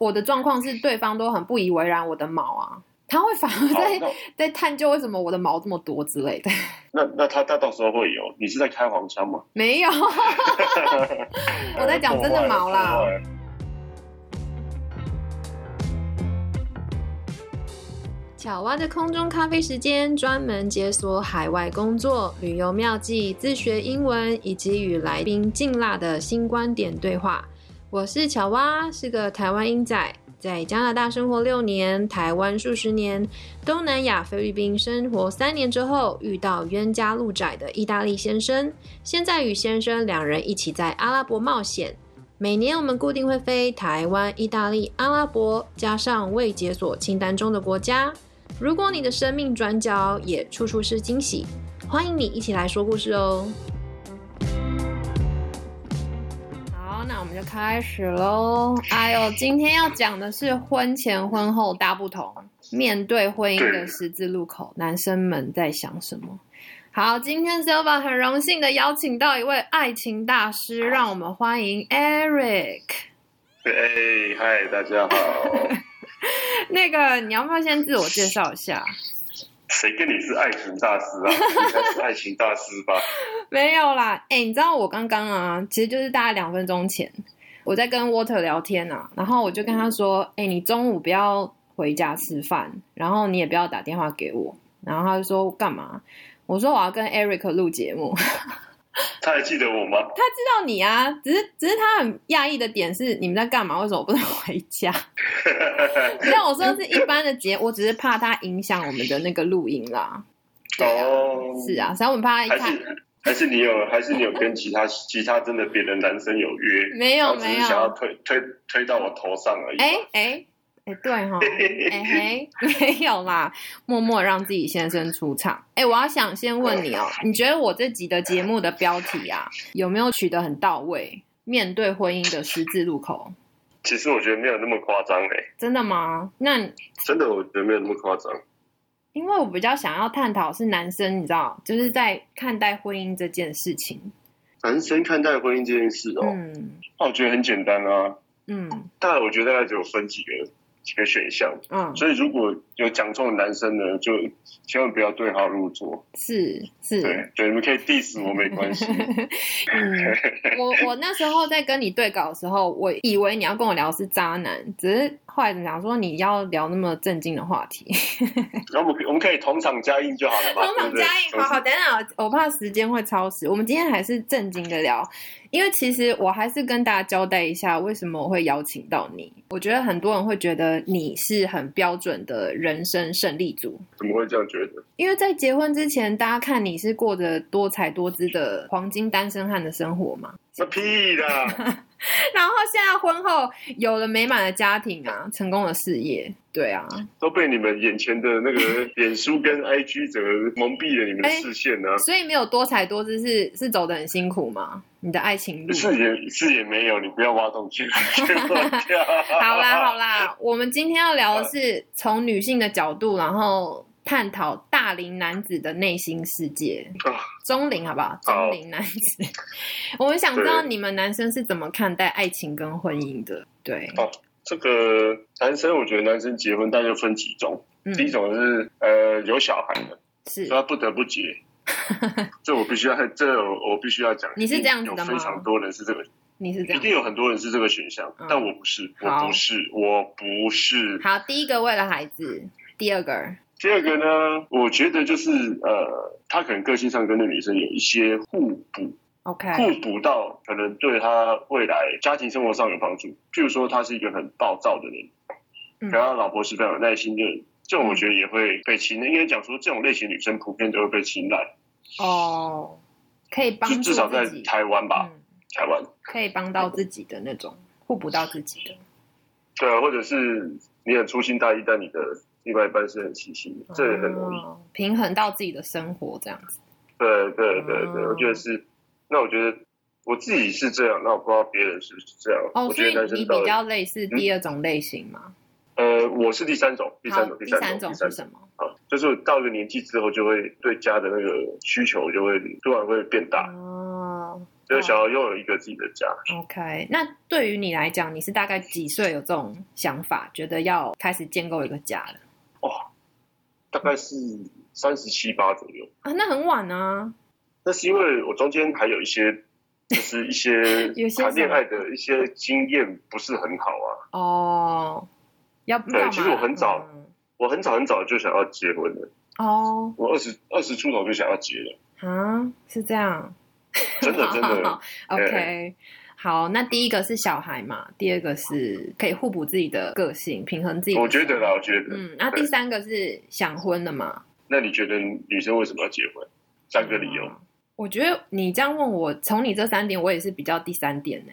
我的状况是对方都很不以为然我的毛啊，他会反而好在、那在探究为什么我的毛这么多之类的。 那那他他到时候会有，你是在开黄腔吗？没有，我在讲真的毛啦破坏了。巧蛙的空中咖啡时间专门解锁海外工作、旅游妙计、自学英文以及与来宾劲辣的新观点对话。我是巧蛙，是个台湾英仔，在加拿大生活六年，台湾数十年，东南亚菲律宾生活三年之后，遇到冤家路窄的意大利先生，现在与先生两人一起在阿拉伯冒险。每年我们固定会飞台湾、意大利、阿拉伯，加上未解锁清单中的国家。如果你的生命转角也处处是惊喜，欢迎你一起来说故事哦。好，那我们就开始喽。哎呦，今天要讲的是婚前婚后大不同，面对婚姻的十字路口，男生们在想什么？好，今天 Silva 很荣幸的邀请到一位爱情大师，让我们欢迎 Eric。对，哎嗨，大家好，那个，你要不要先自我介绍一下？谁跟你是爱情大师 啊？你才是爱情大师吧？没有啦，哎、你知道我刚刚啊，其实就是大概两分钟前，我在跟 Water 聊天啊，然后我就跟他说，哎、你中午不要回家吃饭，然后你也不要打电话给我，然后他就说干嘛？我说我要跟 Eric 录节目， 他他还记得我吗？知道你啊，只是只是他很讶异的点是，你们在干嘛？为什么我不能回家？ 但我说的是一般的节，我只是怕他影响我们的那个录音啦。对啊， 哦， 是啊，所以我们怕他一还看是还是你有，还是你有跟其他其他真的别的男生有约？没然有后只没是有，想要推推推到我头上而已吧。 哎哎哎，对哈，哎嘿，没有啦，默默让自己先生出场。哎，我要想先问你哦，你觉得我这集的节目的标题啊，有没有取得很到位？面对婚姻的十字路口，其实我觉得没有那么夸张哎，真的吗？那真的我觉得没有那么夸张。因为我比较想要探讨是男生，你知道，就是在看待婚姻这件事情。男生看待婚姻这件事哦，嗯那我觉得很简单啊。嗯当然，我觉得大概只有分几个几个选项，嗯，所以如果有讲中的男生呢，就千万不要对号入座。是是，对对，你们可以 diss 我没关系。 嗯。我我那时候在跟你对稿的时候，我以为你要跟我聊是渣男，只是后来想说你要聊那么正经的话题，然后我们可以我们可以同场加印就好了嘛，同场对不对加印。好好，等等，我怕时间会超时。我们今天还是正经的聊，因为其实我还是跟大家交代一下，为什么我会邀请到你。我觉得很多人会觉得你是很标准的人生胜利组，怎么会这样觉得？因为在结婚之前，大家看你是过着多才多姿的黄金单身汉的生活嘛。那屁啦！ 然后现在婚后有了美满的家庭啊，成功的事业，对啊，都被你们眼前的那个脸书跟 IG 整个蒙蔽了你们的视线呢、啊。所以没有多才多姿是是走的很辛苦吗？你的爱情路？是也是也没有，你不要挖洞去 去挖掉。好好啦好啦，我们今天要聊的是从女性的角度，然后探讨大龄男子的内心世界，啊中龄好不好？好中龄男子，我们想知道你们男生是怎么看待爱情跟婚姻的？对，这个男生，我觉得男生结婚大概分几种，嗯，第一种是呃有小孩的，是所以他不得不结。 这我必须要，这我我必须要讲。你是这样子的吗有非常多人是这个，你是这一样定。有很多人是这个选项，嗯但我不是，好我不是，我不是。好，第一个为了孩子，第二个第二个呢，我觉得就是呃，他可能个性上跟那女生有一些互补， ，OK，互补到可能对他未来家庭生活上有帮助。譬如说，他是一个很暴躁的人，嗯然后老婆是非常有耐心的人，这种我觉得也会被青睐。应该讲说，这种类型女生普遍都会被青睐，哦，可以帮就助至少在自己台湾吧，嗯，台湾可以帮到自己的那种，互补到自己的。对啊，或者是你很粗心大意，但你的另外一半是很细心的，这也很容易。哦平衡到自己的生活这样子。对对对对，哦我觉得是。那我觉得我自己是这样，那我不知道别人是不是这样。哦，我所觉以得男你生到比底较类似第二种类型嘛？呃，我是第三种，第好三种，，哦第三种，种第是三什么？啊，就是到一个嗯年纪之后，就会对家的那个需求就会突然会变大。哦，就是想要拥有一个自己的家。 OK，那对于你来讲，你是大概几岁有这种想法，觉得要开始建构一个家了大概是三十七八左右。啊？那很晚啊，那是因为我中间还有一些，就是一 有些些谈什恋么爱的一些经验不是很好啊。哦，要不对其实我很早我很早很早就想要结婚了，哦我二十二十出头就想要结了，啊，是这样，真 的真的好。OK。好，那第一个是小孩嘛，第二个是可以互补自己的个性，平衡自己的。我觉得啦，我觉得。嗯，那第三个是想婚了嘛？那你觉得女生为什么要结婚？三个理由，嗯我觉得你这样问我，从你这三点，我也是比较第三点呢、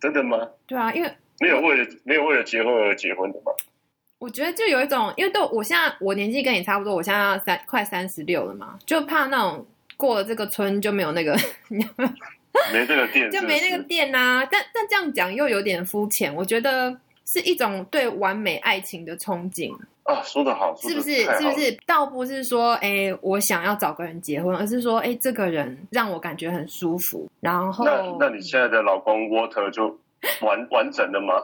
真的吗？对啊，因为没有为了没有为了结婚而结婚的吗？我觉得就有一种，因为对我现在我年纪跟你差不多，我现在要 三快三十六了嘛，就怕那种过了这个村就没有那 个没这个 店，就没那个是不是店呐、但但这样讲又有点肤浅，我觉得是一种对完美爱情的憧憬。啊，说的好，是不是？说得太好是不是？倒不是说，哎、我想要找个人结婚，而是说，哎、这个人让我感觉很舒服。然后，那那你现在的老公 Water 就完完整了吗？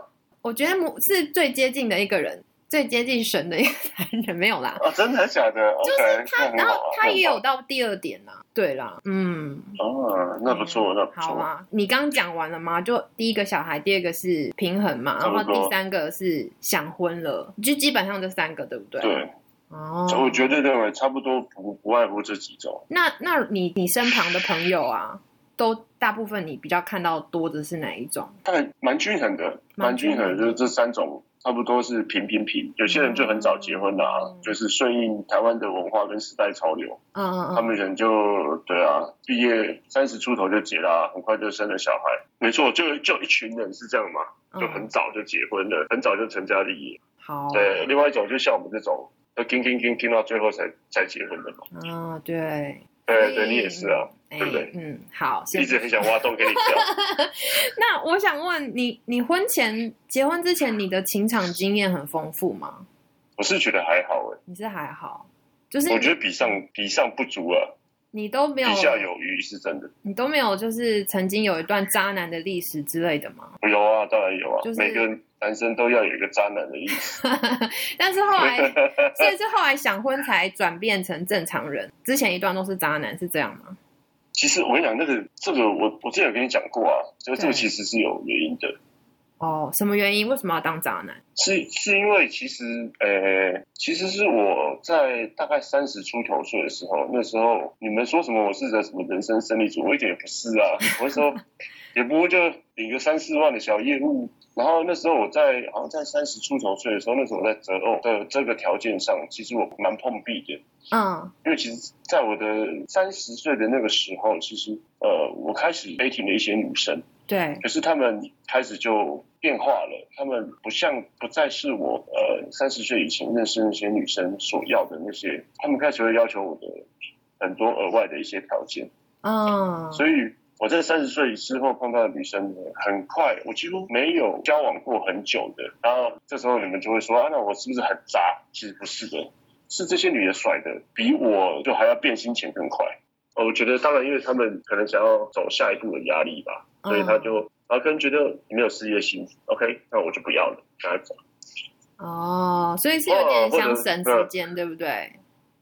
我觉得母是最接近的一个人，最接近神的一个男人，没有啦。啊，真的还假的？OK，他， 那很然后好啊他也有很到第二点啦，对啦，嗯，好啊，那不错，那不好错。啊。你刚讲完了吗？就第一个小孩，第二个是平衡嘛，差然不多后第三个是想婚了，就基本上这三个，对不对？对，哦，我绝对认为差不多不不外乎这几种。那那你你身旁的朋友啊，都大部分你比较看到多的是哪一种？但蛮均衡的，蛮蛮均均衡的衡的，就是这三种差不多是平平平。有些人就很早结婚啦、嗯就是顺应台湾的文化跟时代潮流，嗯嗯他们人就对啊，毕业三十出头就结啦、很快就生了小孩。没错，就就一群人是这样嘛，嗯，哦就很早就结婚了，很早就成家立业。好，对，另外一种就像我们这种，要听听听听到最后才才结婚的嘛。啊，对，对对，你也是啊，哎，对不对嗯，好，谢一直谢。很想挖洞给 你跳。那我想问你，你婚前结婚之前，你的情场经验很丰富吗？我是觉得还好哎、你是还好，就是我觉得比上比上不足啊，你都没有比，下有余是真的。你都没有，就是曾经有一段渣男的历史之类的吗？ 有啊，当然有啊，哦就是每个男生都要有一个渣男的意思。但是后 来，所以是后来想婚才转变成正常人，之前一段都是渣男，是这样吗？其实我跟你讲，那个这个我我之前有跟你讲过啊，就是这对个其实是有原因的，哦，什么原因？为什么要当渣男？是是因为其实呃，其实是我在大概三十出头岁的时候，那时候你们说什么我是个什么人生胜利组，我一点也不是啊，我那时候也不过就领个三四万的小业务。然后那时候我在好像在三十出头岁的时候，那时候我在择偶的这个条件上，其实我蛮碰壁的。嗯因为其实，在我的三十岁的那个时候，其实呃，我开始 dating 了一些女生，，对，可是她们开始就变化了，她们不像不再是我呃三十岁以前认识那些女生所要的那些，她们开始会要求我的很多额外的一些条件，嗯，所以。我在三十岁之后碰到的女生呢，很快我几乎没有交往过很久的。然后这时候你们就会说啊，那我是不是很渣？其实不是的，是这些女的甩的比我就还要变心前更快。呃我觉得当然，因为他们可能想要走下一步的压力吧，嗯所以他就啊，跟觉得你没有事业心，OK，那我就不要了，赶快走。哦，所以是有点像省时间，对不对？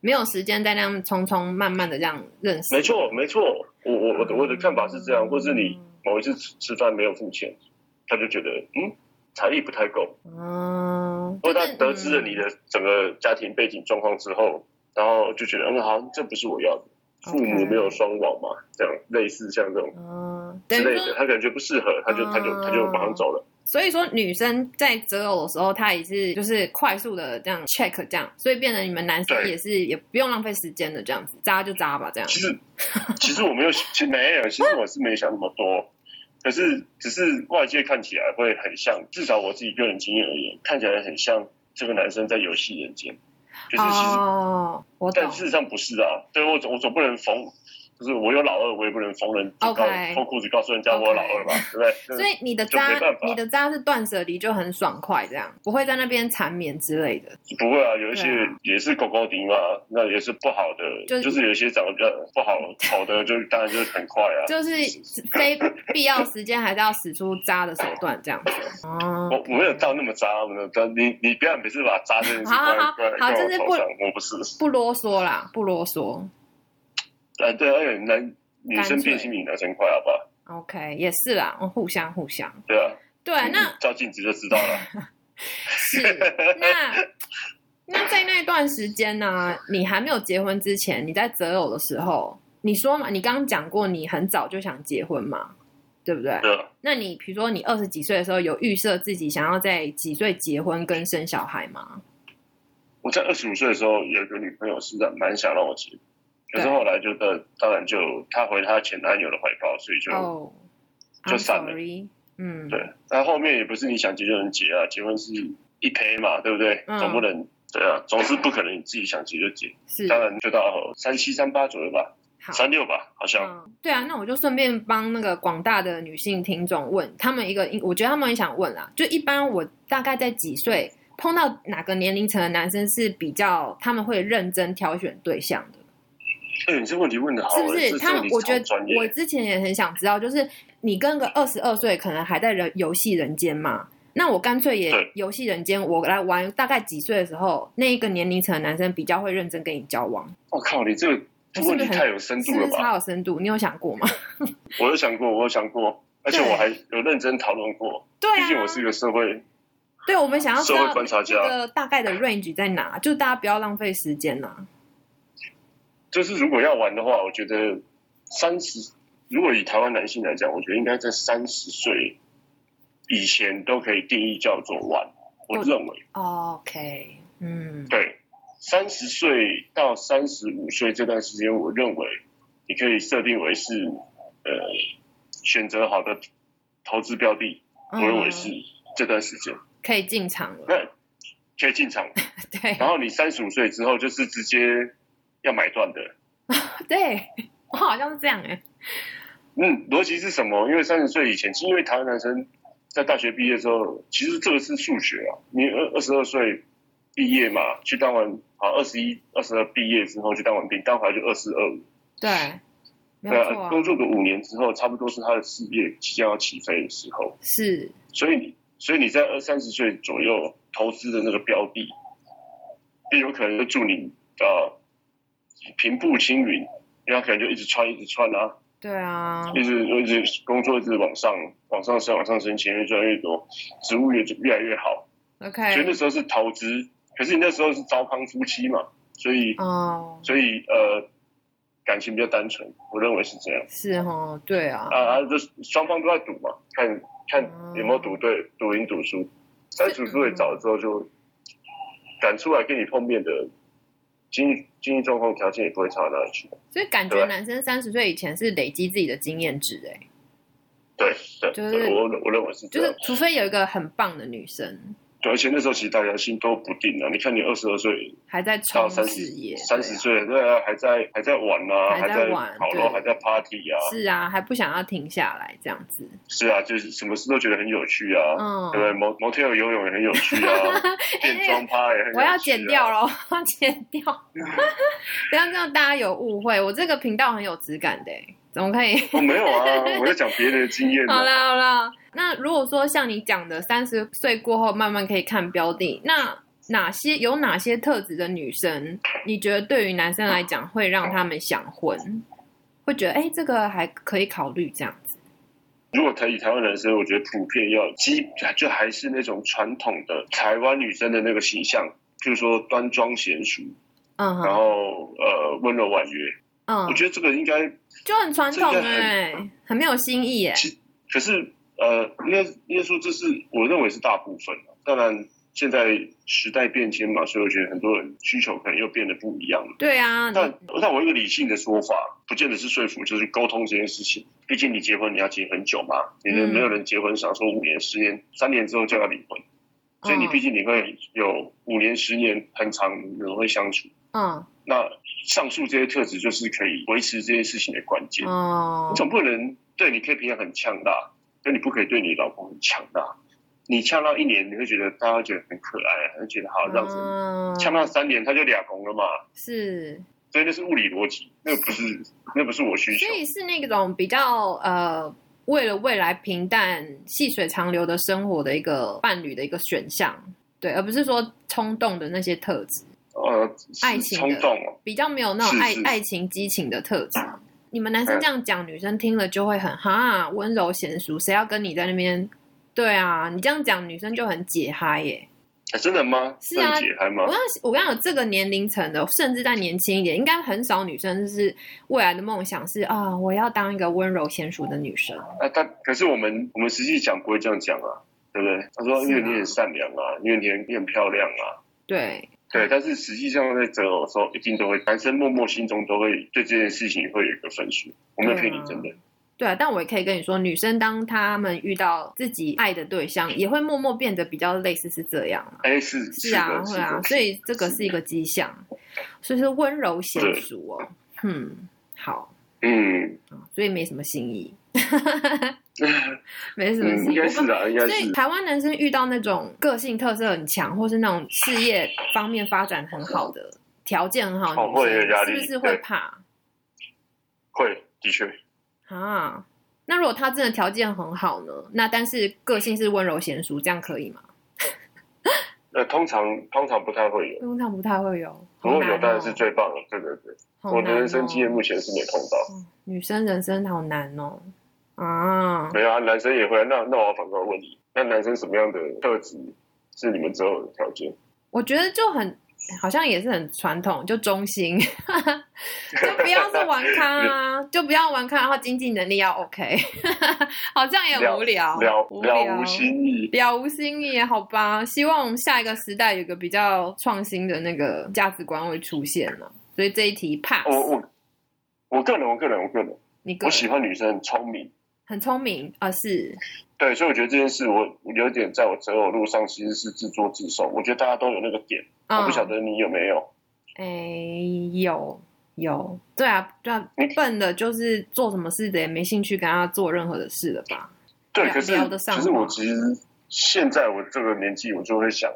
没有时间再那样匆匆慢慢的这样认识，没错，没错，我我我的我的看法是这样，或是你某一次吃吃饭没有付钱，他就觉得嗯财力不太够，嗯，就或者他是得知了你的整个家庭背景状况之后，然后就觉得嗯好，这不是我要的，父母 OK 没有双亡嘛，这样类似像这种。嗯，等之于类的，说，他感觉不适合，他就他就他就马上走了。所以说女生在择偶的时候，她也是就是快速的这样 check 这样，所以变成你们男生对也是也不用浪费时间的这样子，渣就渣吧这样。其实其实我没有，其实没有，其 实我是没想那么多。可是只是外界看起来会很像，至少我自己个人经验而言，看起来很像这个男生在游戏人间，就是其实，哦，我懂但，事实上不是啊。对我总我总不能逢就是我有老二，我也不能逢人就告 OK 脱裤子告诉人家我有老二吧对不 对？所以你的嗯就没渣办，法你的渣是断舍离就很爽快，这样不会在那边缠绵之类的。不会啊，有一些对啊也是狗狗敌嘛，那也是不好的，就是就是有一些长得比较 不好，好的就当然就是很快啊。就是非必要时间还是要使出渣的手段这样子。哦，我我没有到那么渣，我没有到你你不要每次把渣这件事好好怪好怪好怪就是我不头上，我不是。不啰嗦啦，不啰嗦。哎，对，而且男女生变心比男生快，好不好？ OK，也是啦，哦互相互相。对啊，对， 那你照镜子就知道了。是那那在那段时间呢、你还没有结婚之前，你在择偶的时候，你说嘛，你刚刚讲过你很早就想结婚嘛，对不对？对啊，那你比如说你二十几岁的时候，有预设自己想要在几岁结婚跟生小孩吗？我在二十五岁的时候有一个女朋友是在蛮想让我结，可是对后来就当当然就她回她前男友的怀抱，所以就、哦、i 就 m 散了 sorry，嗯，对，但后面也不是你想结就能结啊，结婚是一赔嘛，对不对？嗯总不能对啊，总是不可能你自己想结就结，是当然就到三七三八左右吧，好。三六吧，好像、嗯，对啊，那我就顺便帮那个广大的女性听众问他们一个，我觉得他们也想问啦，就一般我大概在几岁碰到哪个年龄层的男生是比较他们会认真挑选对象的，对，你这问题问的好、是不欸，是？这他这们你我觉超得专业我之前也很想知道，就是你跟个二十二岁可能还在人游戏人间嘛。那我干脆也对游戏人间，我来玩。大概几岁的时候，那一个年龄层的男生比较会认真跟你交往，我、靠，你这个我是不是问题很太有深是度不了是吧？超有深度？你有想过吗？ 我有想过，我有想过，而且对我还有认真讨论过，对啊，毕竟我是一个社会，对，我们想要知社道会观察家这个大概的 range 在哪，就大家不要浪费时间啦。就是如果要玩的话，我觉得三十，如果以台湾男性来讲，我觉得应该在三十岁以前都可以定义叫做玩，我我认为。 OK，嗯，对，三十岁到三十五岁这段时间，我认为你可以设定为是呃选择好的投资标的，我嗯认为是这段时间可以进场了。那可以进场。对然后你三十五岁之后就是直接要买断的。对， 我好像是这样哎、嗯，逻辑是什么？因为三十岁以前，其实因为台湾男生在大学毕业之后，其实这个是数学啊。你二二十二岁毕业嘛，去当完啊二十一、二十二毕业之后去当完兵，当回来就二四二五。对，没对有错、啊，啊，工作个五年之后，差不多是他的事业即将要起飞的时候，是所以你，所以你在二三十岁左右投资的那个标的，也有可能就祝你呃平步青云，因为他可能就一直窜，一直窜啊，对啊，一直一直工作一直往上，往上升，往上升，钱越赚越多，职务也越来越好。所以那 OK，时候是投资，可是你那时候是糟糠夫妻嘛，所以哦，所以呃感情比较单纯，我认为是这样。是哦，对啊，啊，啊，就是双方都在赌嘛，看看有没有赌对，赌赢赌输。但赌输也早了之后就赶出来跟你碰面的经济经济状况条件也不会差到哪里去。所以感觉对男生三十岁以前是累积自己的经验值哎、对对，就是对啊我我认为是就这样是。除非有一个很棒的女生对，而且那时候其实大家心都不定啊了。你看你二十二岁还在冲到三事十业，三十对啊岁，对啊，还在还在玩啊，还还在在玩烤对肉，还在 party 啊，是啊，还不想要停下来这样子，是啊，就是什么事都觉得很有趣啊。嗯，对不对？摩摩天轮游泳也很有趣啊， 哎变装趴也很有趣、我啊。要剪掉了，我要剪掉， 不要这样大家有误会。我这个频道很有质感的欸，怎么可以？我、没有啊，我在讲别人的经验、啊。 好啦好啦，那如果说像你讲的，三十岁过后慢慢可以看标的，那哪些有哪些特质的女生，你觉得对于男生来讲会让他们想婚，会觉得哎、这个还可以考虑这样子？如果以台湾男生，我觉得普遍要基就还是那种传统的台湾女生的那个形象，就是说端庄贤淑，嗯哼，然后呃温柔婉约。我嗯，觉得这个应该，就很传统这个很哎、很没有新意哎、可是呃应该应该说这是我认为是大部分啊当然。现在时代变迁嘛，所以我觉得很多人需求可能又变得不一样了。对啊，但但我有一个理性的说法，不见得是说服，就是沟通这件事情。毕竟你结婚你要结很久嘛，你的嗯没有人结婚想说五年、十年、三年之后就要离婚，所以你毕嗯竟你会有五年、十年很长，你们会相处。嗯那上述这些特质就是可以维持这件事情的关键。哦你，总不能对你 KPI 很强大，但你不可以对你老公很强大。你呛到一年，你会觉得大家会觉得很可爱，会觉得好让子。嗯呛到三年，他就俩红了嘛。是，所以那是物理逻辑，那不是那不是我需求所。以是那种比较呃，为了未来平淡、细水长流的生活的一个伴侣的一个选项，对，而不是说冲动的那些特质，呃，爱是情的冲动哦，比较没有那种爱是是爱情激情的特质。你们男生这样讲，女生听了就会很哈温柔娴熟，谁要跟你在那边？对啊，你这样讲，女生就很解嗨耶、哎真的吗？是啊正解还吗我？想，我刚有这个年龄层的，甚至再年轻一点，应该很少女生就是未来的梦想是啊，我要当一个温柔娴熟的女生。啊，他可是我们我们实际讲不会这样讲啊，对不对？他说是啊因为你很善良啊，因为你很你很漂亮啊，对，对。但是实际上在择偶的时候，一定都会男生默默心中都会对这件事情会有一个分数。我没有骗你对啊，真的，对啊，但我也可以跟你说，女生当她们遇到自己爱的对象，也会默默变得比较类似是这样啊。哎，是是啊，的，是会啊的，，所以这个是一个迹象，所以是温柔娴熟哦。嗯，好，嗯，所以没什么新 意，没什么嗯，新应意。该我是的，应该所以是。台湾男生遇到那种个性特色很强，或是那种事业方面发展很好的条件很好的哦会有女压生，力是不是会对怕会，的确，啊？那如果他真的条件很好呢？那但是个性是温柔娴熟，这样可以吗？呃，通常通常不太会有，通常不太会有，如好果难有哦当然是最棒的，对对对。好我的难人生经验哦嗯目前是没碰到，女生人生好难哦啊！没有啊，男生也会啊。那那我反过来问你，那男生什么样的特质是你们择偶的条件？我觉得就很好像也是很传统，就中心， 就不要是玩咖 啊，就不要玩咖，然后经济能力要 OK，好像也无聊，了无聊，了无新意，了无新意，好吧？希望我们下一个时代有个比较创新的那个价值观会出现了、所以这一题 pass，哦我我我个人，我个人，我个人，你个我人喜欢女生很聪明，很聪明啊，是对，所以我觉得这件事我有点在我择偶路上其实是自作自受。我觉得大家都有那个点，我啊不，晓得你有没有。哎、有有，对啊，对啊你，笨的就是做什么事的也没兴趣跟他做任何的事了吧？对，聊可是聊得上可是我吗其实现在我这个年纪，我就会想，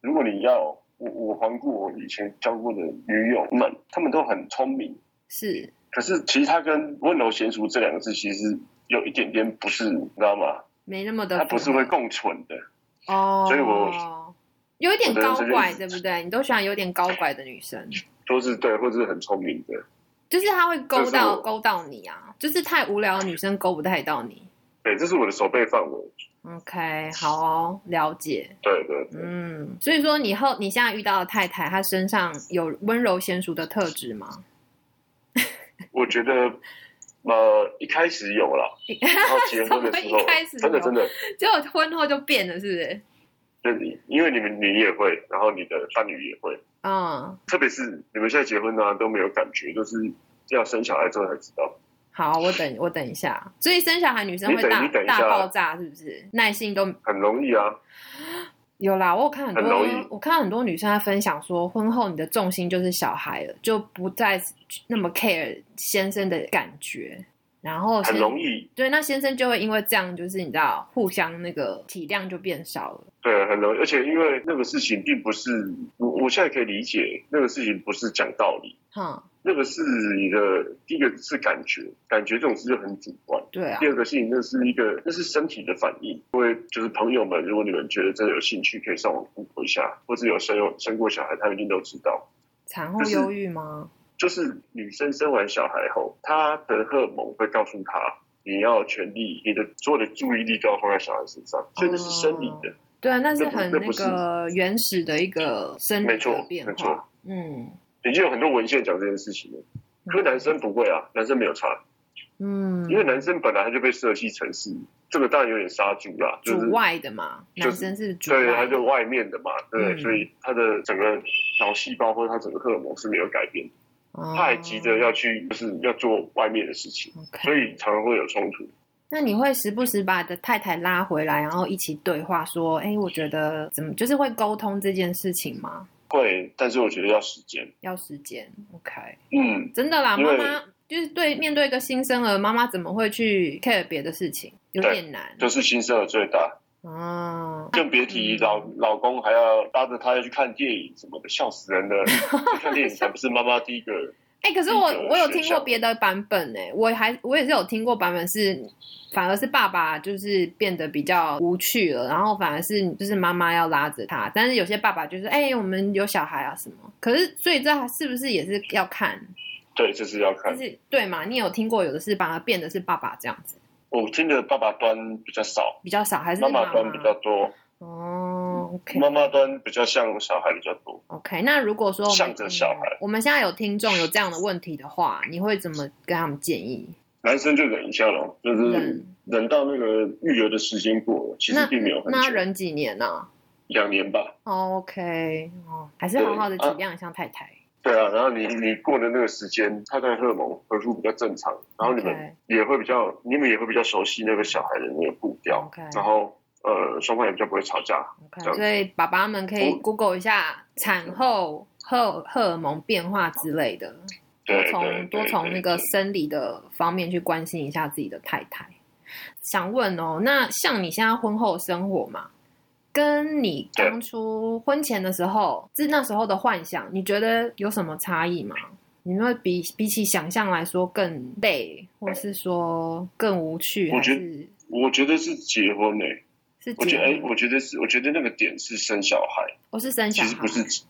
如果你要我我环顾我以前交过的女友们，她们都很聪明，是，可是其实她跟温柔娴熟这两个字其实有一点点不是，你知道吗？没那么的它符合，不是会共存的。哦，所以我有一点我的人高生拐，就是对不对？你都喜欢有点高拐的女生，都是对，或者是很聪明的。就是她会就勾是到我勾到你啊，就是太无聊的女生勾不太到你。对，这是我的手背范围。 OK，好哦，了解。对对对，嗯，所以说你后你现在遇到的太太，她身上有温柔娴熟的特质吗？嗯我觉得呃一开始有 啦，然后结婚的时什么候一开始，有真的真的， 结果婚后就变了，是不是？就是你因为你们你也会，然后你的伴侣也会，嗯，特别是你们现在结婚啊都没有感觉，就是要生小孩之后才知道。好，我等我等一下。所以生小孩女生会你等大你等一下大爆炸，是不是？耐性都很容易啊，有啦。我有看很很多，容易我看到很多女生在分享说，婚后你的重心就是小孩了，就不再那么 care 先生的感觉，然后很先容易，对，那先生就会因为这样，就是你知道，互相那个体谅就变少了。对，很容易。而且因为那个事情并不是我，我现在可以理解那个事情不是讲道理，哈、那个是你的第一个是感觉，感觉这种事就很主观。对啊第，二个事情，那是一个那是身体的反应，因为就是朋友们，如果你们觉得真的有兴趣，可以上网 Google 一下，或者有生有生过小孩，他们一定都知道，产后忧郁吗？就是女生生完小孩后，她的荷尔蒙会告诉她，你要全力，你的所有的注意力都要放在小孩身上，所以那是生理的，对啊，那是这不很这那不是个原始的一个生理没错的变没化错。嗯已经有很多文献讲这件事情了。可是男生不会啊，男生没有差，嗯，因为男生本来他就被设计成是这个，当然有点杀猪啦，就主是外的嘛，就是男生是主对，外它的就外面的嘛，对，嗯所以它的整个脑细胞或者它整个荷尔蒙是没有改变的，哦它还急着要去就是要做外面的事情，哦 OK 所以常常会有冲突。那你会时不时把你的太太拉回来，然后一起对话，说：“哎，我觉得怎么就是会沟通这件事情吗？会，但是我觉得要时间。要时间，OK？嗯，真的啦，因妈为妈就是对面对一个新生儿，妈妈怎么会去 care 别的事情？有对点难就是新生儿最大，哦。更别提嗯老、老公还要拉着她要去看电影什么的，笑死 人了。去看电影才不是妈妈第一个哎、可是我第一个我有选听过项别的版本哎、我还我也是有听过版本是，反而是爸爸就是变得比较无趣了，然后反而是就是妈妈要拉着他，但是有些爸爸就是哎、我们有小孩啊什么，可是所以这是不是也是要看，对，这是要 看就。是对嘛？你有听过有的是反而变得是爸爸这样子我听的爸爸端比较少，比较少，还是妈妈妈端比较多，哦，OK 妈妈端比较像小孩比较多。 OK，那如果说我们嗯向着小孩我们现在有听众有这样的问题的话，你会怎么跟他们建议？男生就忍一下咯，就是忍忍到那个育儿的时间过了，其实嗯那并没有很那久，忍几年啊呢、两年吧。 OK，哦，还是好好啊的体谅一下太太。对啊，然后你你过了那个时间，他的荷尔蒙恢复比较正常，然后你们 OK 也会比较，你们也会比较熟悉那个小孩的那个步调 OK 然后呃双方也比较不会吵架。这 OK，样所以爸爸们可以我 Google 一下产后荷荷尔蒙变化之类的，多对对从多对从那个对生理的方面去关心一下自己的太太。嗯想问哦，那像你现在婚后生活嘛，跟你对当初婚前的时候，是那时候的幻想，你觉得有什么差异吗？你会比比起想象来说更累，或是说更无趣，我还觉得是我觉得是结婚诶、是我觉结得哎、婚我觉得是，我觉得那个点是生小孩，我是生小孩，其实不是，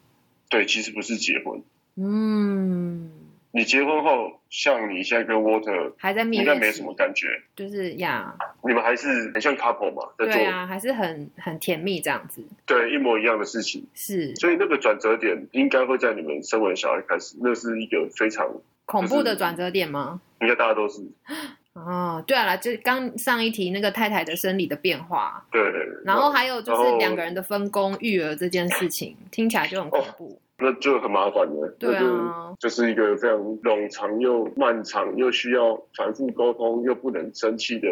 对，其实不是结婚。嗯，你结婚后，像你现在跟 Water 还在蜜应月该期，没什么感觉，就是呀，你们还是很像 couple 嘛，在做对啊，还是很很甜蜜这样子，对一模一样的事情，是所以那个转折点应该会在你们生完小孩开始，那是一个非常恐怖就是的转折点吗？应该大家都是哦，对啊啦，就刚上一题那个太太的生理的变化，对，然后还有就然是后两个人的分工育儿这件事情，听起来就很恐怖。那就很麻烦了，对啊那就就是一个非常冗长又漫长又需要反复沟通又不能生 气的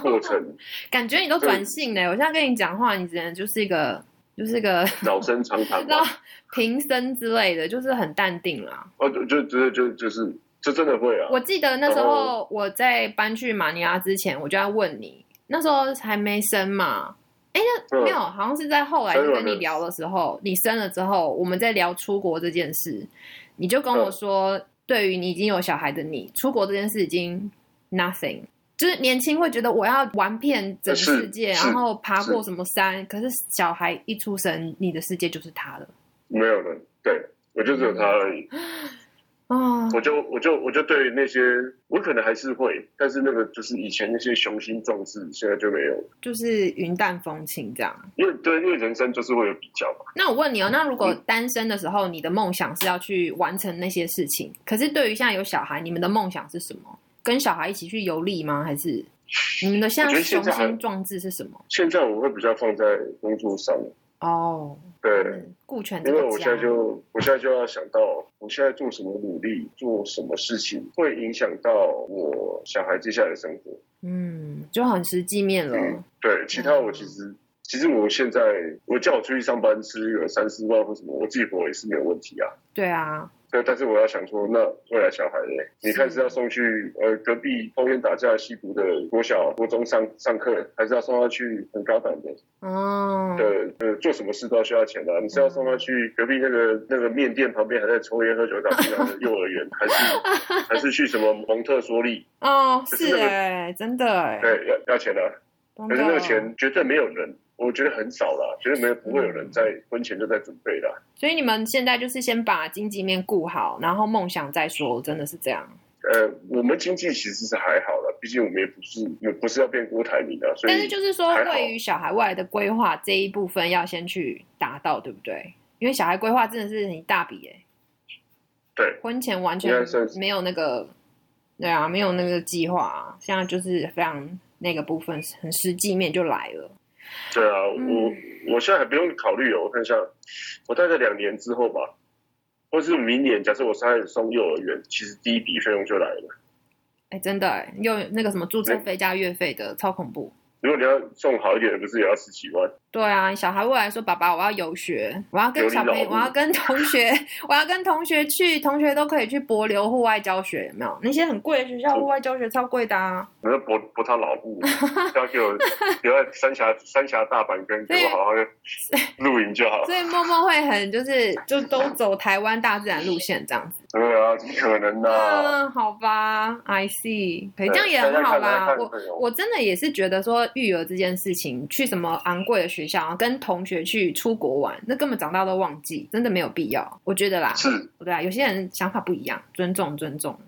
过程，感觉你都转性嘞！我现在跟你讲话，你只能就是一个就是一个 老生常谈嘛那，平生之类的，就是很淡定啦。哦，就就就就就是这真的会啊，我记得那时然候后我在搬去马尼拉之前，我就要问你，那时候还没生嘛？哎、那嗯没有，好像是在后来生了跟你聊的时候，你生了之后，我们在聊出国这件事，你就跟我说，嗯对于你已经有小孩的你，出国这件事已经 nothing。就是年轻会觉得我要玩遍整个是世界，是然后爬过是什么山，可是小孩一出生，你的世界就是他了没有了，对我就只有他而已。啊！我就我就我就对那些，我可能还是会，但是那个就是以前那些雄心壮志，现在就没有了。就是云淡风轻这样。因为对，因为人生就是会有比较嘛。那我问你哦，那如果嗯单身的时候，你的梦想是要去完成那些事情，可是对于现在有小孩，你们的梦想是什么？跟小孩一起去游历吗？还是你们的现我觉在得现雄在还心壮志是什么？现在我会比较放在工作上，哦，对，嗯顾全这因为个我现在家，就我现在就要想到，我现在做什么努力，做什么事情会影响到我小孩接下来的生活。嗯，就很实际面了。嗯对，其他我其嗯实。其实我现在，我叫我出去上班吃个三四万或什么，我自己活也是没有问题啊。对啊，对，但是我要想说，那未来小孩呢？你看是要送去呃隔壁抽烟打架吸毒的国小、国中上上课，还是要送他去很高档的？哦，呃呃，做什么事都要需要钱的、啊你是要送他去隔壁那个那个面店旁边还在抽烟喝酒打屁聊的幼儿园，还 是还是去什么蒙特梭利？哦，就是是那个哎、真的哎、对，要要钱的、啊真可是那的个钱绝对没有人，我觉得很少啦，绝对没有不会有嗯人在婚前就在准备啦。所以你们现在就是先把经济面顾好，然后梦想再说，真的是这样。呃，我们经济其实是还好啦，毕竟我们也不是也不是要变郭台铭的，啊所以但是就是说，还好对于小孩未来的规划这一部分，要先去达到，对不对？因为小孩规划真的是很一大笔诶、对。婚前完全应该算是没有那个，对啊，没有那个计划、啊，现在就是非常那个部分很实际面就来了。对啊，我嗯我现在还不用考虑哦，我看一下，我大概两年之后吧，或是明年，假设我开始送幼儿园，其实第一笔费用就来了。哎，真的哎，又有那个什么住宿费加月费的，超恐怖。如果你要送好一点的，不是也要十几万？对啊，小孩未来说：“爸爸，我要游学，我要跟小朋有友，你老我母要跟同学， 我要跟同学去，同学都可以去博流户外教学，有没有？那些很贵的学校，对户外教学超贵的啊。我要博博他老 布，要给我留在三峡三峡大阪跟给我好好的露营就好。所以默默会很就是就都走台湾大自然路线这样子。对啊，怎么可能呢、嗯，好吧，I see，可以啊对嗯这样也很好大家啦看。大家我看我真的也是觉得说育儿这件事情，去什么昂贵的学校，然后跟同学去出国玩，那根本长大都忘记，真的没有必要。我觉得啦，是对啊，有些人想法不一样，尊重尊重。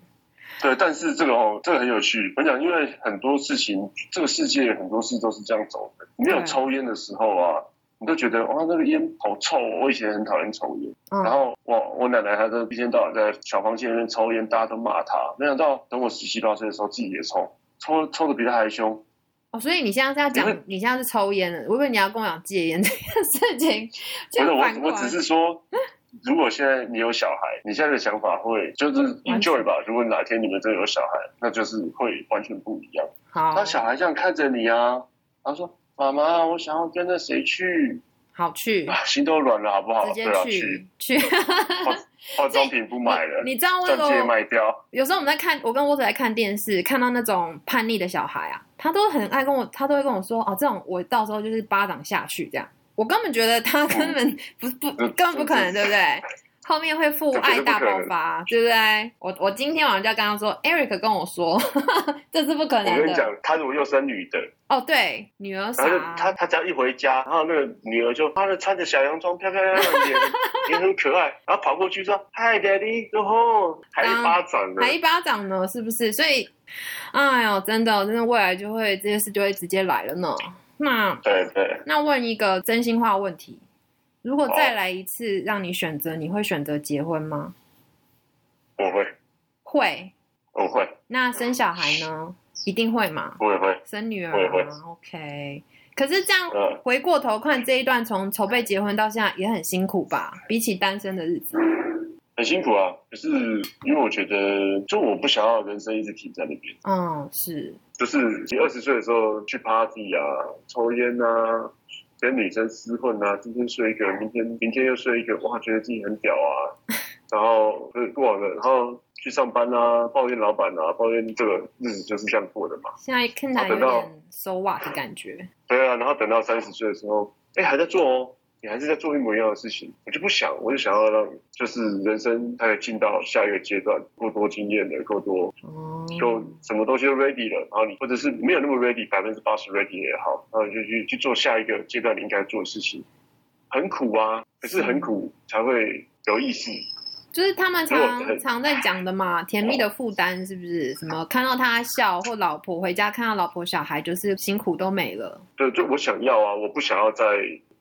对，但是这个哦，这个很有趣。我讲，因为很多事情，这个世界很多事都是这样走的。你没有对抽烟的时候啊，你都觉得哇，那个烟好臭哦。我以前很讨厌抽烟，嗯然，后我我奶奶她都一天到晚在小房间里面抽烟，大家都骂她。没想到等我十七八岁的时候，自己也抽，抽抽的比她还凶。哦，所以你现在是要因为讲，你现在是抽烟了，我以为你要跟我讲戒烟这件事情，这不是样我反，过我来只是说，如果现在你有小孩，你现在的想法会就是完全 enjoy 吧。如果哪天你们真的有小孩，那就是会完全不一样。好那小孩这样看着你啊，然后说：“妈妈，我想要跟着谁去好去？”啊，心都软 了，好不好？直对接啊，去去去。 化妆品不买了，你知道为钻什戒么？卖掉，有时候我们在看，我跟沃特在看电视，看到那种叛逆的小孩啊，他都很爱跟我，他都会跟我说，哦，这种我到时候就是巴掌下去这样。我根本觉得哦他根本不不嗯根本不可能，对不对？后面会父爱大爆发，对不对？我我今天晚上就要跟他说，Eric 跟我说， 这是不可我能跟你的。讲，他如果又生女的，哦，对，女儿傻然后就他他只要一回家，然后那个女儿就她的穿着小洋装，漂漂亮亮，也也很可爱，然后跑过去说：“Hi, Daddy，然后还一巴掌呢还。一巴掌呢，是不是？所以，哎呦，真的，真的，未来就会这些事就会直接来了呢。那对对，那问一个真心话问题：如果再来一次让你选择，你会选择结婚吗？我会，会。我会，那生小孩呢？一定会嘛？我也会，生女儿会会啊，OK。可是这样嗯回过头看这一段，从筹备结婚到现在也很辛苦吧？比起单身的日子，很辛苦啊。可是因为我觉得，就我不想要人生一直停在那边。嗯，是，就是你二十岁的时候去 party 啊，抽烟啊，跟女生厮混啊，今天睡一个，明天明天又睡一个，哇，觉得自己很屌啊，然后就是过了，然后去上班啊，抱怨老板啊，抱怨这个日子就是这样过的嘛。现在看起哦来有点 so what 的感觉。对啊，然后等到三十岁的时候，哎，还在做哦。你还是在做一模一样的事情，我就不想，我就想要让，就是人生它也进到下一个阶段，够多经验的，够多哦，就什么东西都 ready 了，然后你或者是没有那么 ready，百分之八十 ready 也好，然后你就去去做下一个阶段你应该做的事情，很苦啊，可是很苦才会有意思。就是他们如果常很常在讲的嘛，甜蜜的负担是不是？什么看到他笑或老婆回家看到老婆小孩，就是辛苦都没了。对，就我想要啊，我不想要在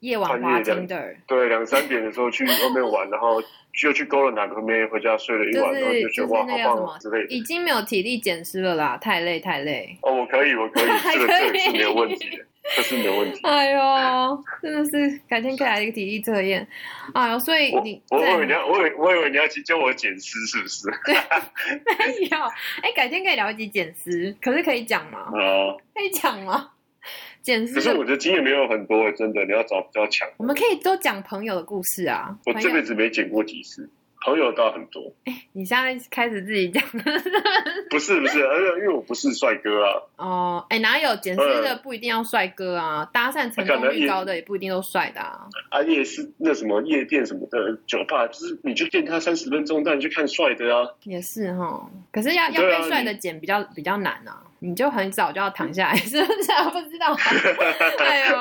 夜晚穿花越这样 Tinder，对两三点的时候去外面玩，然后又去勾了哪个妹，回家睡了一晚，然后就是觉就得是哇那叫好什棒啊么之类，的。已经没有体力减失了啦，太累太累。哦，我可以，我 可以，这个还这可个以是没有问题的，这是没有问题。哎呦，真的是改天可以来一个体力测验。哎呦，所以我你我我以为对你要，我以为我以为你要去教我捡尸是不是？没有？哎，改天可以聊一集减失，可是可以讲吗？啊，可以讲吗？减可是失我，的经验没有很多，真的，你要找比较强。我们可以多讲朋友的故事啊。我朋这友辈子没剪过几次，朋友倒很多，你现在开始自己讲不是不是，而且因为我不是帅哥啊，哦，哎，哪有呃减脂的不一定要帅哥啊？搭讪成功率高的也不一定都帅的啊。啊夜是那什么夜店什么的酒吧，就是你就见他三十分钟，但你去看帅的啊，也是哈，可是要要对啊被帅的减比较比较难啊，你就很早就要躺下来， 是不是啊？不知道啊，哎呦，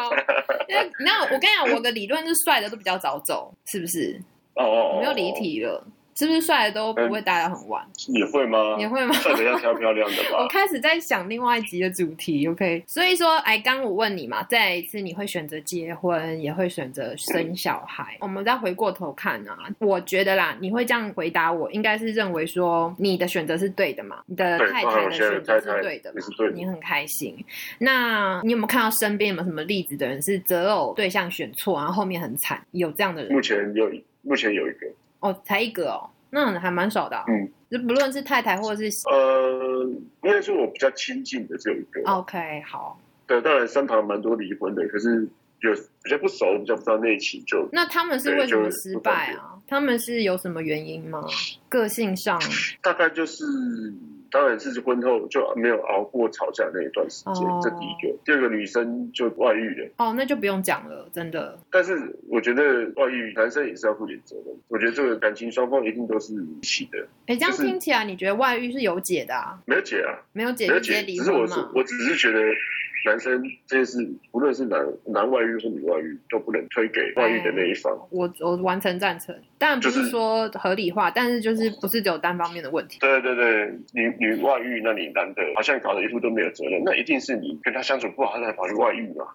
因为你知道我跟你讲，我的理论是帅的都比较早走，是不是？哦哦，我哦又离，题了，是不是帅的都嗯不会待到很晚？你会吗？你会吗？帅的要挑漂亮的我 吧？开始在想另外一集的主题，OK？所以说，哎，刚我问你嘛，再来一次你会选择结婚，也会选择生小孩。我们再回过头看啊，我觉得啦，你会这样回答我，应该是认为说你的选择是对的嘛，你的对太当太然的我现在选择太是太对的嘛也是对，的你很开心。那你有没有看到身边有没有什么例子的人是择偶对象选错，然后后面很惨？有这样的人目前有目前有一个，哦，才一个哦，那还蛮少的啊、嗯就不论是太太或者是呃，应该是我比较亲近的这一个。 OK，好。对，当然身旁蛮多离婚的，可是有比较不熟，比较不知道内情就，那他们是对为什么就失不方败啊？他们是有什么原因 吗？个性上大概就是。嗯当然是婚后就没有熬过吵架那一段时间，哦这第一个。第二个女生就外遇了，哦，那就不用讲了，真的。但是我觉得外遇男生也是要负点责任。我觉得这个感情双方一定都是一起的，哎，这样就是听起来你觉得外遇是有解的啊？没有解啊，没有解没有就解直接。离只是我婚是嘛？我只是觉得男生这件事，不论是男男外遇或女外遇，都不能推给外遇的那一方。我我完全赞成，当然不就是是说合理化，但是就是不是只有单方面的问题。对对对，女女外遇，那你男的好像搞得一副都没有责任，那一定是你跟他相处不好，他才跑去外遇嘛，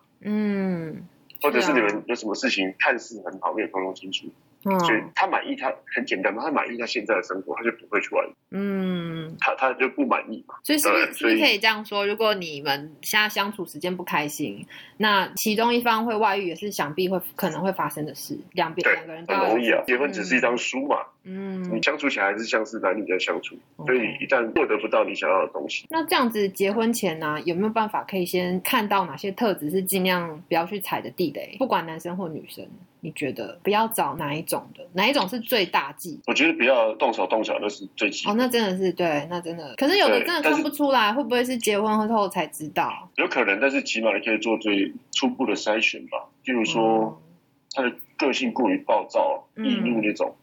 嗯或者是是你啊们有什么事情看似很好，没有沟通清楚，所以嗯他满意他很简单嘛，他满意他现在的生活，他就不会去外遇，嗯，他他就不满意嘛。所以是不是是对不所是以可以这样说？如果你们现在相处时间不开心，那其中一方会外遇，也是想必会可能会发生的事。两边对两个人都很要容易啊有，结婚只是一张书嘛，嗯，你相处起来还是像是男女在相处，嗯所以 OK 一旦获得不到你想要的东西，那这样子结婚前呢、有没有办法可以先看到哪些特质是尽量不要去踩的地雷？不管男生或女生，你觉得不要找哪一种的，哪一种是最大忌？我觉得不要动手动脚，那是最基哦，本。那真的是对，那真的，可是有的对真的但看是不出来，会不会是结婚后才知道？有可能，但是起码你可以做最初步的筛选吧，例如说哦他的个性过于暴躁、嗯易怒那种，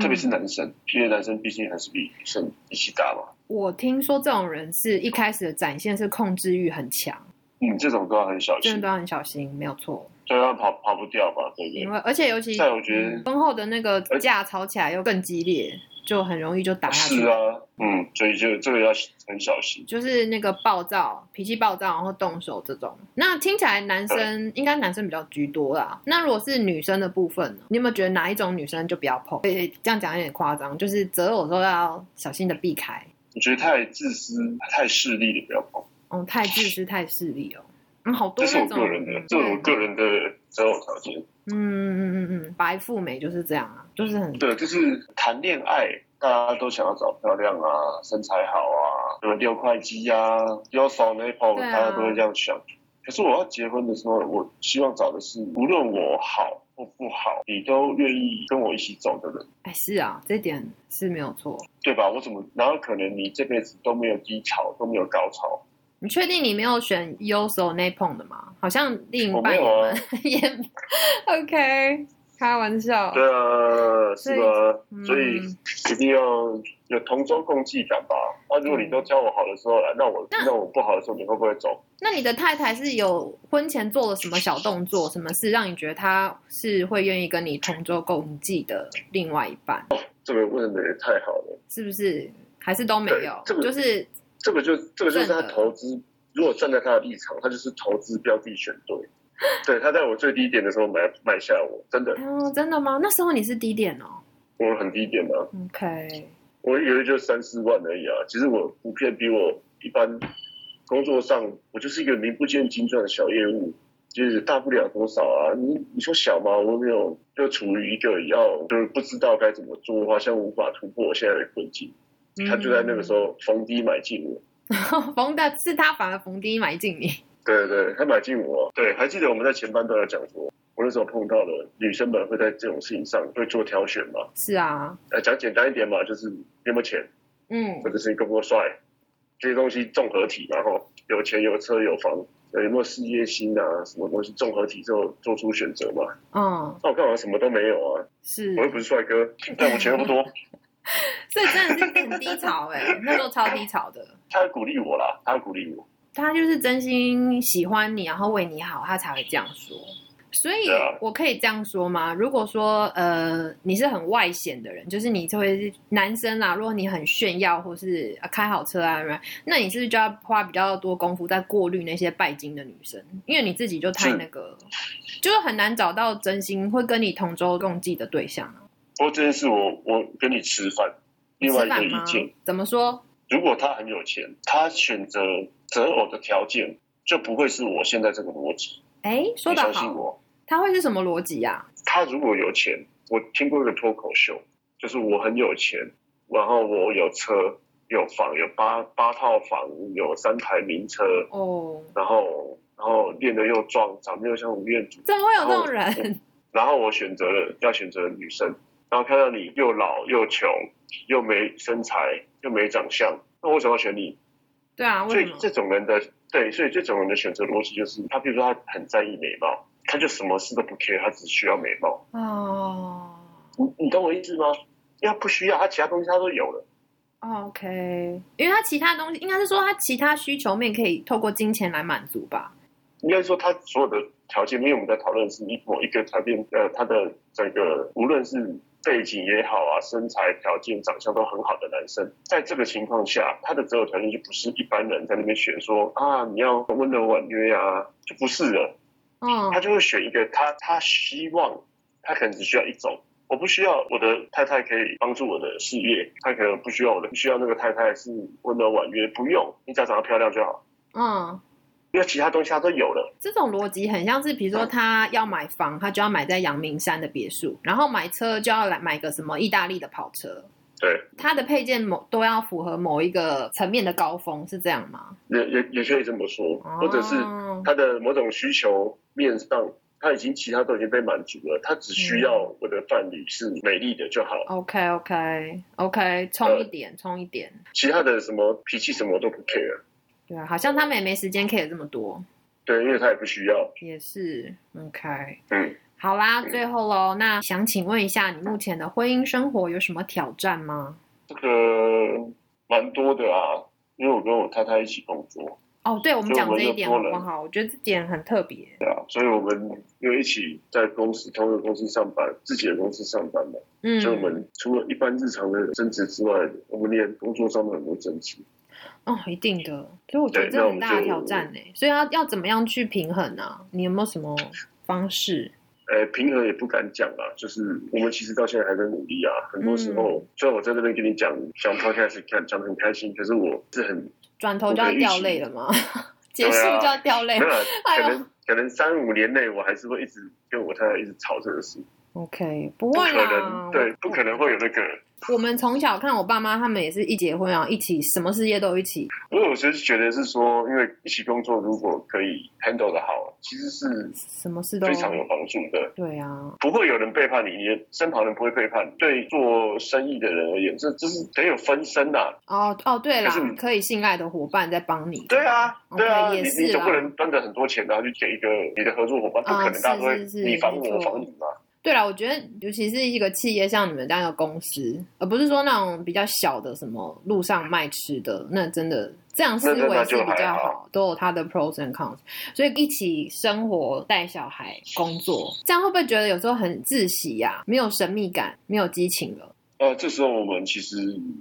特别是嗯男生，因为男生毕竟还是比女生力气大嘛，我听说这种人是一开始的展现是控制欲很强，嗯，这种都要很小真心的都，要很小心，没有错。对，要跑跑不掉嘛，对不因对？为而且尤其再我觉得嗯婚后的那个而架吵起来又更激烈，就很容易就打下去。是啊，嗯，所以就这个要嗯很小心。就是那个暴躁、脾气暴躁，然后动手这种。那听起来男生应该男生比较居多啦。那如果是女生的部分呢？你有没有觉得哪一种女生就不要碰？对，这样讲有点夸张，就是择偶都要小心的避开。我觉得太自私、太势利的不要碰，哦，太自私、太势利哦。嗯，好多这是那我种个人的，嗯这是我个人的择偶条件。嗯嗯嗯嗯，白富美就是这样啊，就是很对，就是谈恋爱，大家都想要找漂亮啊，身材好啊，什么六块肌啊，有手没碰，对啊大家都会这样想。可是我要结婚的时候，我希望找的是无论我好或不好，你都愿意跟我一起走的人，哎是啊，这点是没有错。对吧？我怎么，然后可能你这辈子都没有低潮，都没有高潮，你确定你没有选 Yoso n a p o n 的吗？好像另一我没半有啊，也 OK，开玩笑。对啊，是吧？所所以以嗯一定要有同舟共济感吧。那、如果你都教我好的时候来，那我那那我不好的时候，你会不会走？那你的太太是有婚前做了什么小动作，什么事让你觉得她是会愿意跟你同舟共济的另外一半？这个问的也太好了。是不是？还是都没有？对这个就是这个就这个就是真他的投资，如果站在他的立场，他就是投资标的选对。对他在我最低点的时候买买下我，真的，哦，真的吗？那时候你是低点哦。我很低点啊， OK，我以为就三四万而已啊。其实我普遍比我一般工作上，我就是一个名不见经传的小业务，就是大不了多少啊。你你说小吗？我没有，就处于一个要就是不知道该怎么做，好像无法突破我现在的困境。嗯他就在那个时候逢低买进我， 候逢的嗯是他反而逢低买进你。对对，他买进我。对，还记得我们在前半段有讲过，我那时候碰到了女生们会在这种事情上会做挑选嘛。是啊，呃，讲简单一点嘛，就是你有没有钱，嗯或者是你够不够帅，这些东西综合体，然后有钱有车有房，呃有没有事业心啊，什么东西综合体之后做出选择嘛。嗯，那我干嘛什么都没有啊？是我，又不是帅哥，但我钱又不多。所以真的是很低潮哎、那时候超低潮的。他鼓励我啦，他鼓励我。他就是真心喜欢你，然后为你好，他才会这样说。所以对啊我可以这样说吗？如果说呃你是很外显的人，就是你就会是男生啦，如果你很炫耀或是、呃开好车啊，那你是不是就要花比较多功夫在过滤那些拜金的女生？因为你自己就太是那个，就是很难找到真心会跟你同舟共济的对象啊。不过这件事我我跟你吃饭，另外一吃个饭意吗见，？怎么说？如果他很有钱，他选择择偶的条件就不会是我现在这个逻辑。哎，说你得相信好，我，他会是什么逻辑啊呀、他如果有钱，我听过一个脱口秀，就是我很有钱，然后我有车，有房，有八八套房，有三台名车，哦，然后然后练得又壮，长得又像吴彦祖，怎么会有这种哦人？然后我选择了要选择女生，然后看到你又老又穷，又没身材，又没长相，那为什么要选你？ 对啊，所为什以么？这种人的对，所以这种人的选择逻辑就是，他比如说他很在意美貌，他就什么事都不 care，他只需要美貌。哦你你懂我意思吗？因为他不需要，他其他东西他都有了。哦，OK，因为他其他东西应该是说他其他需求面可以透过金钱来满足吧？应该说他所有的条件，因为我们在讨论的是你某一个条件，呃，他的整个无论是背景也好啊，身材条件、长相都很好的男生，在这个情况下，他的择偶条件就不是一般人在那边选说啊，你要温柔婉约啊，就不是了。嗯他就会选一个他他希望他可能只需要一种。我不需要我的太太可以帮助我的事业，他可能不需要我的，不需要那个太太是温柔婉约，不用，你只要长得漂亮就好，嗯。因为其他东西他都有了。这种逻辑很像是，比如说他要买房，他就要买在阳明山的别墅，然后买车就要来买个什么意大利的跑车，对，它的配件某都要符合某一个层面的高峰，是这样吗？也也也可以这么说，或者是哦他的某种需求面上，他已经其他都已经被满足了，他只需要我的伴侣是美丽的就好， OK OK 呃 OK，冲一点，冲一点，其他的什么脾气什么都不 care。对啊，好像他们也没时间 care 这么多，对，因为他也不需要。也是 OK。嗯，好啦，最后喽，那想请问一下，你目前的婚姻生活有什么挑战吗？这个蛮多的啊，因为我跟我太太一起工作，哦，对，我们就讲我这一就点多好不了好？我觉得这点很特别。对啊，所以我们因为一起在公司同一个公司上班，自己的公司上班嘛，嗯，所以我们除了一般日常的争执之外，我们连工作上面很多争执。哦，一定的，所以我觉得对这那我很们大的就挑战呢。欸所以要要怎么样去平衡啊？你有没有什么方式？呃，平衡也不敢讲啦，就是我们其实到现在还在努力啊。很多时嗯候，虽然我在这边跟你讲讲 podcast 看讲得很开心，可是我是很转头就要掉泪了吗？ 结束对啊就要掉泪没有啦，哎呦可能可能三五年内我还是会一直跟我太太一直吵这个事， ？OK，不不会可啦能，。对，不可能会有那个。我们从小看我爸妈，他们也是一结婚啊，一起什么事业都一起，因为我其实觉得是说，因为一起工作如果可以 handle 的好，其实是什么事都非常有帮助的。对啊。不会有人背叛你，你的身旁人不会背叛你。对做生意的人而言，这这是得有分身呐、哦哦，对啦可是，你可以信赖的伙伴在帮你。对啊，对啊，嗯 OK，也你是你总啦不能端着很多钱，然后去给一个你的合作伙伴，不啊可能大家都会是是是你防没我，错我防你嘛。对啦，我觉得尤其是一个企业，像你们这样一个公司，而不是说那种比较小的什么路上卖吃的，那真的这样思那那维那是就比较还好，都有它的 pros and cons。所以一起生活、带小孩、工作，这样会不会觉得有时候很窒息呀、没有神秘感，没有激情了？呃，这时候我们其实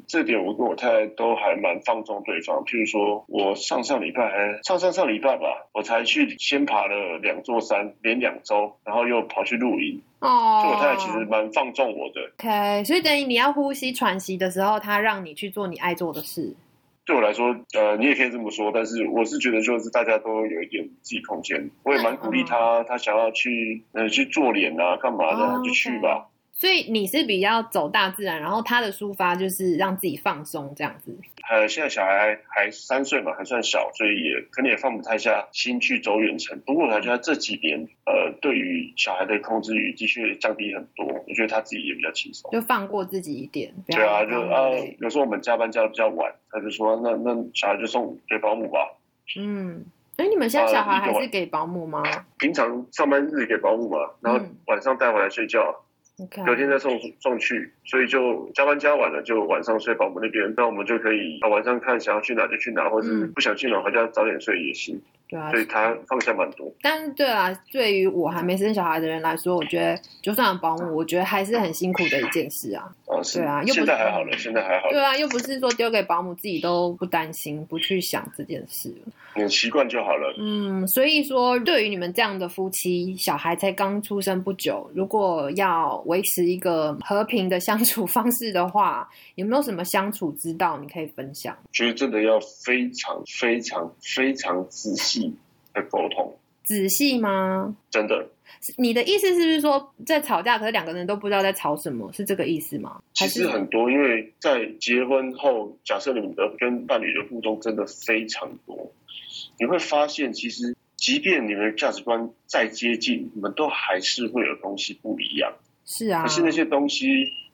这点，我跟我太太都还蛮放纵对方。譬如说，我上上礼拜还上上上礼拜吧，我才去先爬了两座山，连两周，然后又跑去露营。哦所以我太太其实蛮放纵我的。 OK，所以等于你要呼吸喘息的时候，他让你去做你爱做的事。对我来说，呃，你也可以这么说，但是我是觉得就是大家都有一点自己空间，我也蛮鼓励他，他想要去呃去做脸啊，干嘛的、哦就去 OK 吧。所以你是比较走大自然，然后他的抒发就是让自己放松这样子。呃，现在小孩还三岁嘛，还算小，所以也可能也放不太下心去走远程。不过我还觉得这几年，呃，对于小孩的控制欲的确降低很多。我觉得他自己也比较轻松。就放过自己一点，不要对啊，让就他啊们累，有时候我们加班加的比较晚，他就说那那小孩就送给保姆吧。嗯，哎，你们现啊在小孩还是给保姆吗平常上班日给保姆嘛，然后嗯晚上带回来睡觉， ？OK，啊隔天再送送去，所以就加班加晚了，就晚上睡保姆那边。那我们就可以、啊、晚上看想要去哪就去哪，或是嗯不想去哪回家早点睡也行。对啊所，以他放下蛮多。但是对啊，对于我还没生小孩的人来说，我觉得就算有保姆，我觉得还是很辛苦的一件事啊。啊，是对啊又不现在还好了，现在还好对了，啊，又不是说丢给保姆自己都不担心，不去想这件事。你习惯就好了。嗯，所以说对于你们这样的夫妻，小孩才刚出生不久，如果要维持一个和平的相处 方式的话，有没有什么相处之道你可以分享？觉得真的要非常非常非常仔细的沟通，仔细吗？真的。你的意思是不是说在吵架，可是两个人都不知道在吵什么，是这个意思吗？其实很多，因为在结婚后，假设你们的跟伴侣的互动真的非常多，你会发现，其实即便你们的价值观再接近，你们都还是会有东西不一样。是啊，可是那些东西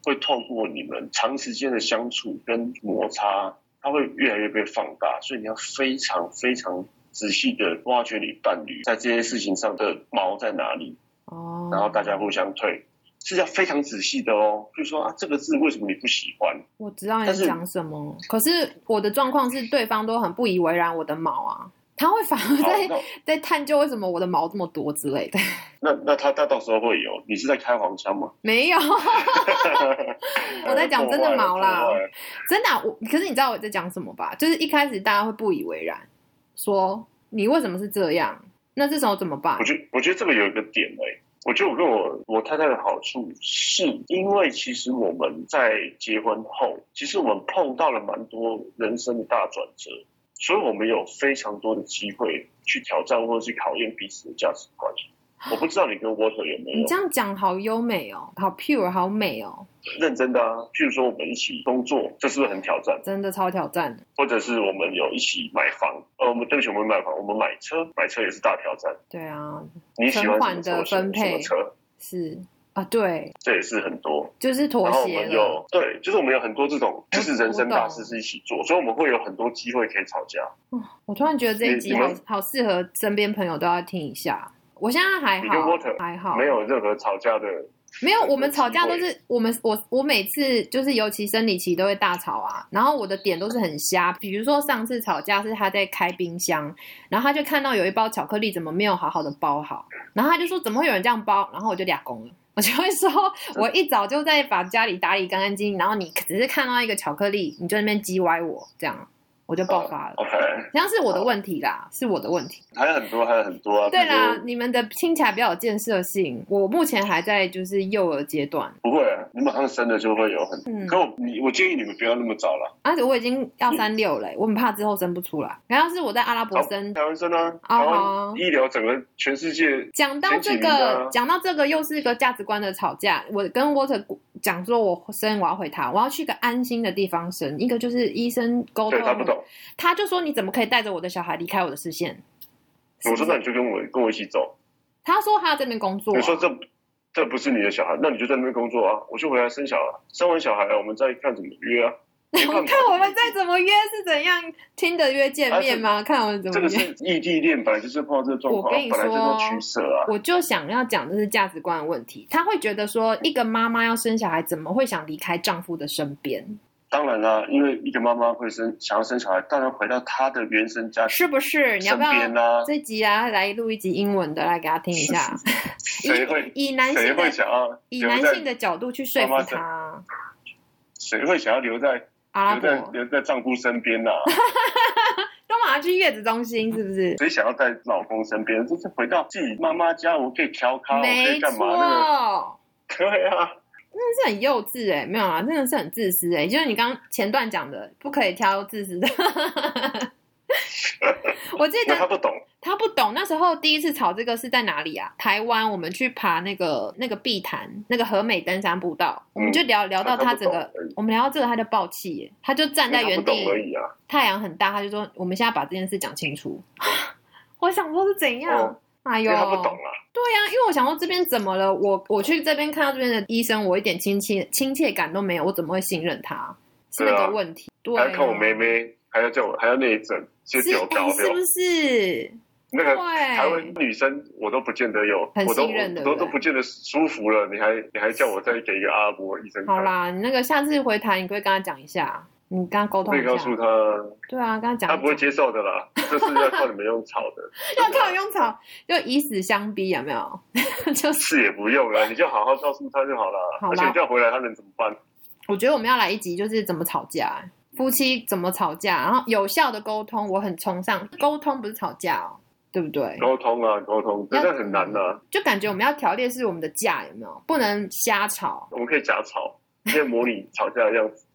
会透过你们长时间的相处跟摩擦，它会越来越被放大，所以你要非常非常仔细的挖掘你伴侣在这些事情上的毛在哪里，哦，然后大家互相退，是要非常仔细的哦。就说啊，这个字为什么你不喜 欢？我知道你在讲什么，可是我的状况是对方都很不以为然我的毛啊，他会反而好在、那在探究为什么我的毛这么多之类的， 那那他他到时候会有，你是在开黄腔吗？没有，啊我在讲真的毛啦破坏了真的啊、我可是你知道我在讲什么吧？就是一开始大家会不以为然，说你为什么是这样？那这时候怎么办我？觉我觉得这个有一个点哎、我觉得我跟我我太太的好处，是因为其实我们在结婚后，其实我们碰到了蛮多人生的大转折，所以我们有非常多的机会去挑战或者是考验彼此的价值观。我不知道你跟 Water 有没你有这样讲好优美哦，好 pure，好美哦，认真的啊？譬如说我们一起工作，这是不是很挑战？真的超挑战的。或者是我们有一起买房，呃，我们对不起，我们买房，我们买车，买车也是大挑战。对啊，你喜欢什存款的么车？喜欢分什么配车？是啊，对，这也是很多。就是妥然后我协们了。有对，就是我们有很多这种，就是人生大我事是一起做，所以我们会有很多机会可以吵架。我突然觉得这一集你好你们好适合身边朋友都要听一下。我现在还你跟好 Water，还好，没有任何吵架的，没有，有我们机吵架都会是我们我我每次就是尤其生理期都会大吵啊，然后我的点都是很瞎，比如说上次吵架是他在开冰箱，然后他就看到有一包巧克力怎么没有好好的包好，然后他就说怎么会有人这样包，然后我就俩公了。我就会 说，我一早就在把家里打理干干净净，然后你只是看到一个巧克力，你就在那边叽歪我，这样我就爆发了。 OK，好像是我的问题啦，是我的问题。还有很多，还有很多啊。对比如啦说，，你们的听起来比较有建设性，我目前还在就是幼儿阶段，不会啊，你马上生了就会有很。嗯，可我你我建议你们不要那么早了，而且我已经要三六了欸、我很怕之后生不出来。然后是我在阿拉伯生。哦台湾生啊，好台好湾医疗整个全世界讲到这前几名的个啊，讲到这个又是一个价值观的吵架。我跟 Water 讲说，我生我要回他，我要去个安心的地方生。一个就是医生沟对通，他不懂。他就说你怎么可以带着我的小孩离开我的视线？我说那你就跟我跟我一起走，他说他在那边工作啊、你说这这不是你的小孩，那你就在那边工作啊，我就回来生小孩，生完小孩啊我们再看怎么约啊。 我看我们再怎么约是怎样听的约见面吗？看我们怎啊这么个约。是异地恋，本来就是碰到这个状我况跟你，本来就是要说取舍啊。我就想要讲的是价值观的问题。她会觉得说，一个妈妈要生小孩，怎么会想离开丈夫的身边？当然啦、因为一个妈妈会生想要生小孩，当然回到她的原生家庭是不是？你要身不要边啦、这集啊，来录一集英文的，来给他听一下，谁会以男谁性会的想要以留男性在的角度去说服妈妈他身啊。谁会想要留在阿拉留在伯留在丈夫身边呐、 都马上去月子中心，是不是？谁想要在老公身边？就是回到自己妈妈家，我可以调侃，我可没以错干，嘛？那个 对啊，真的是很幼稚哎、没有啊，真的是很自私哎、就是你刚刚前段讲的，不可以挑自私的。 我记 那得她不懂，他不懂那时候第一次吵这个是在哪里啊？台湾，我们去爬那个那个碧潭那个和美登山步道，我们就聊聊到他嗯他不整懂个，而已我们聊到这个他就爆气耶，他就站在因为她原不懂而地，哎已啊。太阳很大，他就说我们现在把这件事讲清楚。 我想说是怎样？哦哎因呦，为她不懂啊，对呀、因为我想说这边怎么了？我我去这边看到这边的医生，我一点亲切亲切感都没有，我怎么会信任他？是那对啊个问题。对、还啊，要看我妹妹，还要叫我，还要那一整，就是丢高哎是标不是？那个呃台湾对，女生我都不见得有，很我都信任对我不对都都不见得舒服了，你还你还叫我再给一个阿伯医生看，好啦，你那个下次回台，你可不可以跟他讲一下，你跟他沟通可以一告诉下。他，对啊，跟他讲。他不 会接受的啦，这是要靠你们用吵的，要看我用草，就以死相逼，有没有？就是是也不用啦，你就好好告诉他就好了，好啦而且你叫回来他能怎么办？我觉得我们要来一集，就是怎么吵架，夫妻怎么吵架，然后有效的沟通，我很崇尚沟通，不是吵架哦，对不对？沟通啊，沟通，要嗯真的很难啊呐、就感觉我们要条列是我们的架，有没有？不能瞎吵。 我们可以假吵，可以模拟吵架的样子，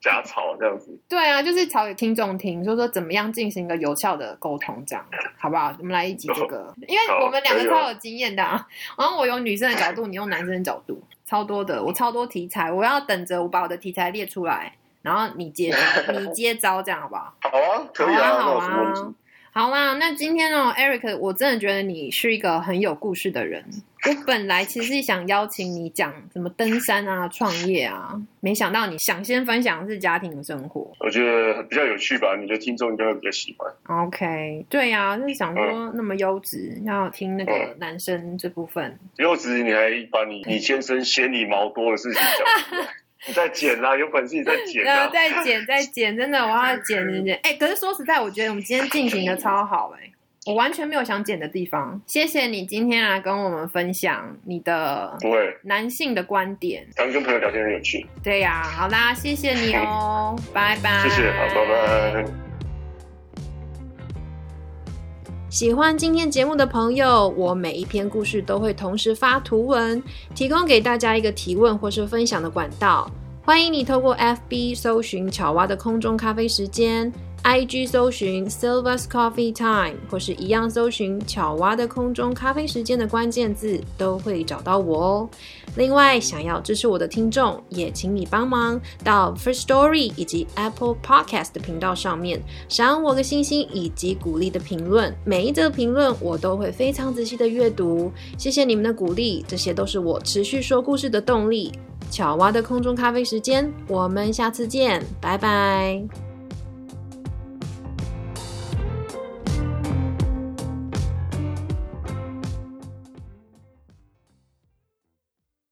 假吵这样子。对啊，就是吵给听众听，说说怎么样进行一个有效的沟通，这样好不好？我们来一集这个，因为我们两个超有经验的啊。然后我有女生的角度，你用男生的角度，超多的，我超多题材，我要等着我把我的题材列出来，然后你接你接招，这样好不好？好啊， 可以啊，好啊，那有什么问题？好啦，那今天哦，Eric，我真的觉得你是一个很有故事的人。我本来其实想邀请你讲什么登山啊、创业啊，没想到你想先分享的是家庭生活。我觉得比较有趣吧，你的听众应该会比较喜欢。 OK，对呀、啊，就是嗯想说那么优质，要听那个男生这部分。柚子，你还把你你先生嫌你毛多的事情讲出来，你再剪啦、有本事你再剪啊然啦、后啊再剪再剪，真的我要剪剪 剪。哎、可是说实在，我觉得我们今天进行的超好哎、我完全没有想剪的地方。谢谢你今天来跟我们分享你的不会，男性的观点。刚跟朋友聊天很有趣。对呀、好啦，谢谢你哦，拜拜。谢谢，好，拜拜。喜欢今天节目的朋友，我每一篇故事都会同时发图文，提供给大家一个提问或是分享的管道。欢迎你透过 FB 搜寻巧蛙的空中咖啡时间，IG 搜寻 Silver's Coffee Time，或是一样搜寻巧蛙的空中咖啡时间的关键字，都会找到我哦。另外，想要支持我的听众，也请你帮忙到 First Story 以及 Apple Podcast 的频道上面赏我个星星以及鼓励的评论，每一则评论我都会非常仔细的阅读。谢谢你们的鼓励，这些都是我持续说故事的动力。巧蛙的空中咖啡时间，我们下次见，拜拜。